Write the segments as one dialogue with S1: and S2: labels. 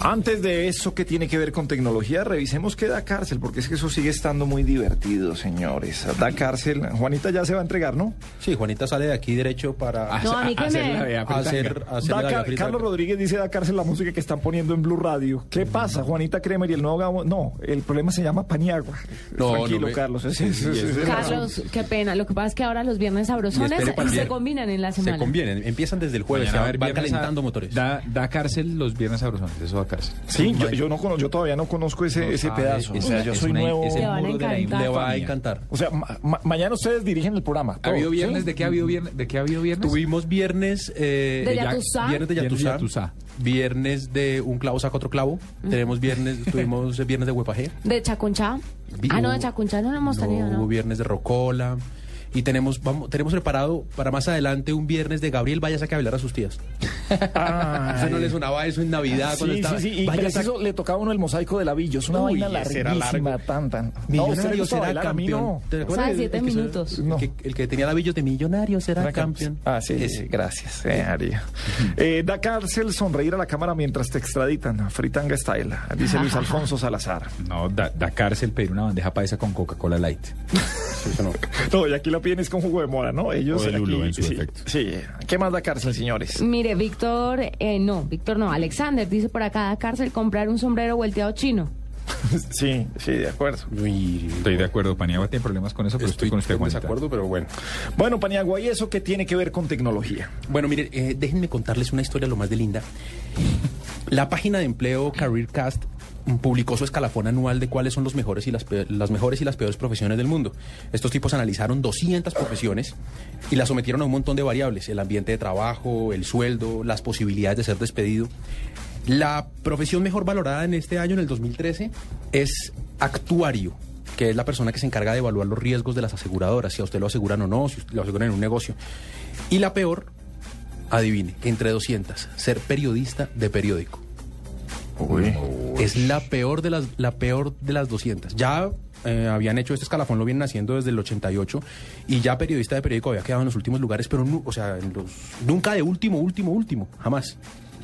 S1: Antes de eso que tiene que ver con tecnología, revisemos qué da cárcel, porque es que eso sigue estando muy divertido, señores. Da cárcel. Juanita ya se va a entregar, ¿no?
S2: Sí, Juanita sale de aquí derecho para
S3: Ah, No, a mí que
S4: hacer la
S3: me...
S4: vida
S2: hacer, hacer
S1: Da
S2: la
S1: Car-
S2: gafita.
S1: Carlos Rodríguez dice da cárcel la música que están poniendo en Blue Radio. ¿Qué pasa, Juanita Kremer y el nuevo Gabo? No, el problema se llama Paniagua. Pues
S4: No,
S1: Tranquilo,
S4: no me-
S1: Carlos. ese- ese- ese- ese-
S3: Carlos, qué pena. Lo que pasa es que ahora los viernes
S2: Y
S3: sabrosones
S2: espere para el
S3: se
S2: viernes.
S3: combinan en la
S2: Se
S3: semana.
S2: convienen, empiezan desde el jueves,
S4: Mañana
S2: se van
S4: viernes a-
S2: calentando motores.
S4: Da, da cárcel los viernes sabrosones, eso da cárcel.
S1: Sí, yo, yo no cono- yo todavía no conozco ese, ese
S4: Ah,
S1: pedazo.
S4: es-
S1: o sea,
S4: es
S1: yo soy
S4: una-
S1: nuevo.
S4: es el
S3: Le van a
S4: muro de la
S3: encantar.
S2: Le va a
S4: infamia.
S2: encantar.
S1: O sea, ma- ma- mañana ustedes dirigen el programa.
S4: ¿Ha
S1: todo,
S4: habido
S1: ¿sí?
S4: viernes? ¿De qué ha habido viernes? ¿De qué ha habido viernes?
S2: Tuvimos viernes eh,
S3: De
S2: ya-
S3: Yatuzá.
S2: viernes de
S4: Viernes de
S2: Yatuzá,
S4: Yatuzá.
S2: viernes de un clavo saca otro clavo. Tenemos viernes, tuvimos eh, viernes de huepaje.
S3: De Chacunchá. Ah, no, de Chacunchá no lo hemos tenido,
S2: Hubo
S3: ¿no?
S2: viernes de rocola. Y tenemos, vamos, tenemos preparado para más adelante un viernes de Gabriel Vaya a bailar a sus tías.
S1: Ah, Ay.
S2: Eso no le sonaba eso en Navidad cuando
S1: Sí,
S2: estaba.
S1: sí, sí. Y
S2: Vaya,
S1: preciso, le tocaba a uno el mosaico de lavillo. Es una
S2: Uy,
S1: vaina
S2: ese era
S1: larguísima,
S2: largo.
S1: tan, tan.
S2: Millonario
S1: no,
S2: será
S1: A mí no.
S2: campeón. ¿Te
S3: O sea,
S2: acuerdas?
S3: de Ah, siete
S2: El que se-
S3: minutos.
S2: el que- el que tenía labillos de millonario será
S1: Era
S2: campeón.
S1: Ah, sí,
S2: Ese.
S1: sí, gracias. eh, Aria. Eh, da cárcel sonreír a la cámara mientras te extraditan. Fritanga style, dice Luis Alfonso Salazar.
S4: No, da, da cárcel pedir una bandeja paisa con Coca-Cola Light.
S1: No, y aquí la piden es con jugo de mora, ¿no? Ellos
S4: O de
S1: aquí-
S4: lulo, en su
S1: sí,
S4: defecto.
S1: Sí. ¿Qué más da cárcel, señores?
S2: Mm.
S3: Mire, Víctor, eh, no, Víctor no, Alexander dice por acá da cárcel comprar un sombrero volteado chino.
S1: Sí, sí, de acuerdo.
S2: Uy,
S4: Estoy de acuerdo, Paniagua tiene problemas con eso, pero estoy, con usted,
S2: en
S4: Juanita.
S2: desacuerdo, pero bueno.
S1: Bueno, Paniagua, ¿y eso qué tiene que ver con tecnología?
S2: Bueno, miren, eh, déjenme contarles una historia lo más de linda. La página de empleo CareerCast mm, publicó su escalafón anual de cuáles son los mejores y las, pe- las mejores y las peores profesiones del mundo. Estos tipos analizaron 200 profesiones y las sometieron a un montón de variables, el ambiente de trabajo, el sueldo, las posibilidades de ser despedido. La profesión mejor valorada en este año, en el 2013, es actuario, que es la persona que se encarga de evaluar los riesgos de las aseguradoras, si a usted lo aseguran o no, si lo aseguran en un negocio. Y la peor, adivine, entre 200, ser periodista de periódico. Es la peor de las, la peor de las 200. Ya eh, habían hecho este escalafón, lo vienen haciendo desde el 88 y ya periodista de periódico había quedado en los últimos lugares, pero nu- o sea, en los- nunca de último, último, último, jamás.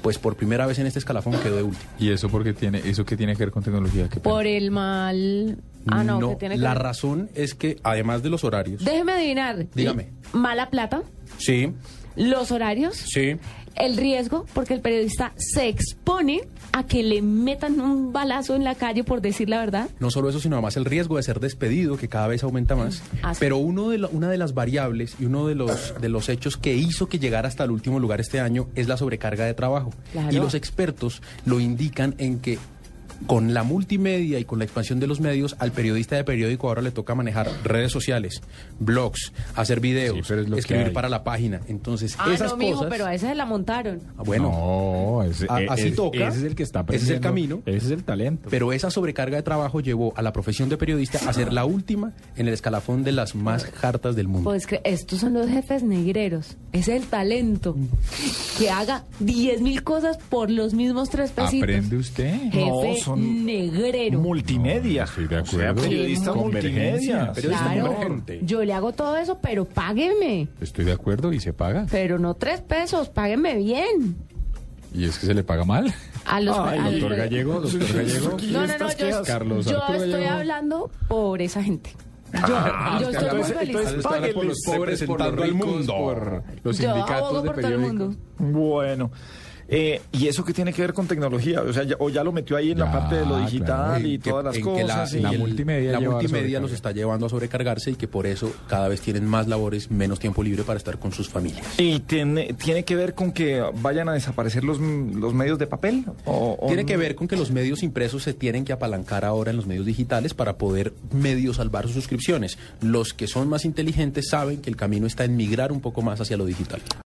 S2: Pues por primera vez en este escalafón quedó de último.
S4: ¿Y eso porque tiene, eso qué tiene que ver con tecnología? ¿Qué pena.
S3: Por e- el mal... Ah, no, que tiene que
S2: la
S3: ver-
S2: razón es que además de los horarios,
S3: Déjeme adivinar.
S2: Dígame.
S3: Mala plata,
S2: sí,
S3: los horarios,
S2: sí,
S3: el riesgo, porque el periodista se expone a que le metan un balazo en la calle por decir la verdad.
S2: No solo eso, sino además el riesgo de ser despedido, que cada vez aumenta más.
S3: Ah, sí.
S2: Pero uno de la- una de las variables y uno de los, de los hechos que hizo que llegara hasta el último lugar este año es la sobrecarga de trabajo.
S3: Claro.
S2: Y los expertos lo indican en que con la multimedia y con la expansión de los medios, al periodista de periódico ahora le toca manejar redes sociales, blogs, hacer videos,
S4: Sí, pero es lo que
S2: escribir
S4: hay.
S2: para la página. Entonces,
S3: Ah,
S2: esas
S3: no,
S2: cosas...
S3: mijo, pero a esa se la montaron.
S2: Ah, bueno,
S4: no, ese-
S2: A-
S4: e-
S2: así
S4: e-
S2: toca.
S4: Ese es el que está
S2: Ese es el
S4: aprendiendo,
S2: camino.
S4: Ese es el talento.
S2: Pero esa sobrecarga de trabajo llevó a la profesión de periodista a ser la última en el escalafón de las más hartas del mundo.
S3: Pues que estos son los jefes negreros. Es el talento. Que haga 10 mil cosas por los mismos tres pesitos.
S4: ¿Aprende usted?
S3: pues, Jefe
S1: No, son
S3: negrero.
S1: Multimedia.
S4: No, estoy de
S1: O sea,
S4: acuerdo.
S1: periodista
S4: Convergencia,
S1: multimedia.
S2: periodista
S1: Sí,
S3: Claro,
S2: convergente.
S3: yo le hago todo eso, pero págueme.
S4: Estoy de acuerdo y se paga.
S3: Pero no tres pesos, págueme bien.
S4: ¿Y es que se le paga mal?
S3: A los,
S1: Ay,
S3: a los-
S4: Doctor Gallego, doctor Gallego.
S3: No, no, no,
S1: ¿Estas
S3: yo,
S1: qué
S3: yo
S1: haces?
S4: Carlos Arturo
S3: estoy
S4: Gallego. Ah,
S3: hablando por esa gente. Yo, yo
S4: usted
S3: estoy muy
S4: habla-
S1: entonces-
S3: feliz.
S4: Usted habla por
S1: Páguenles.
S4: los pobres, por los
S2: Representando al
S4: ricos,
S2: mundo.
S4: por los
S3: yo
S4: sindicatos
S3: abogo
S4: de
S3: por todo el mundo.
S4: periódicos.
S1: Bueno. eh, ¿Y eso qué tiene que ver con tecnología? O sea, ya, o ya lo metió ahí en la
S4: Ya,
S1: parte de lo
S4: claro.
S1: digital y
S2: En que-
S1: todas las
S2: en que
S1: cosas. y
S4: la
S2: y
S1: el-
S4: multimedia
S2: la
S4: lleva a
S2: multimedia
S4: sobrecarga.
S2: los está llevando a sobrecargarse y que por eso cada vez tienen más labores, menos tiempo libre para estar con sus familias.
S1: ¿Y tiene, tiene que ver con que vayan a desaparecer los, los medios de papel? ¿O- o
S2: Tiene
S1: Oh, no?
S2: que ver con que los medios impresos se tienen que apalancar ahora en los medios digitales para poder medio salvar sus suscripciones. Los que son más inteligentes saben que el camino está en migrar un poco más hacia lo digital.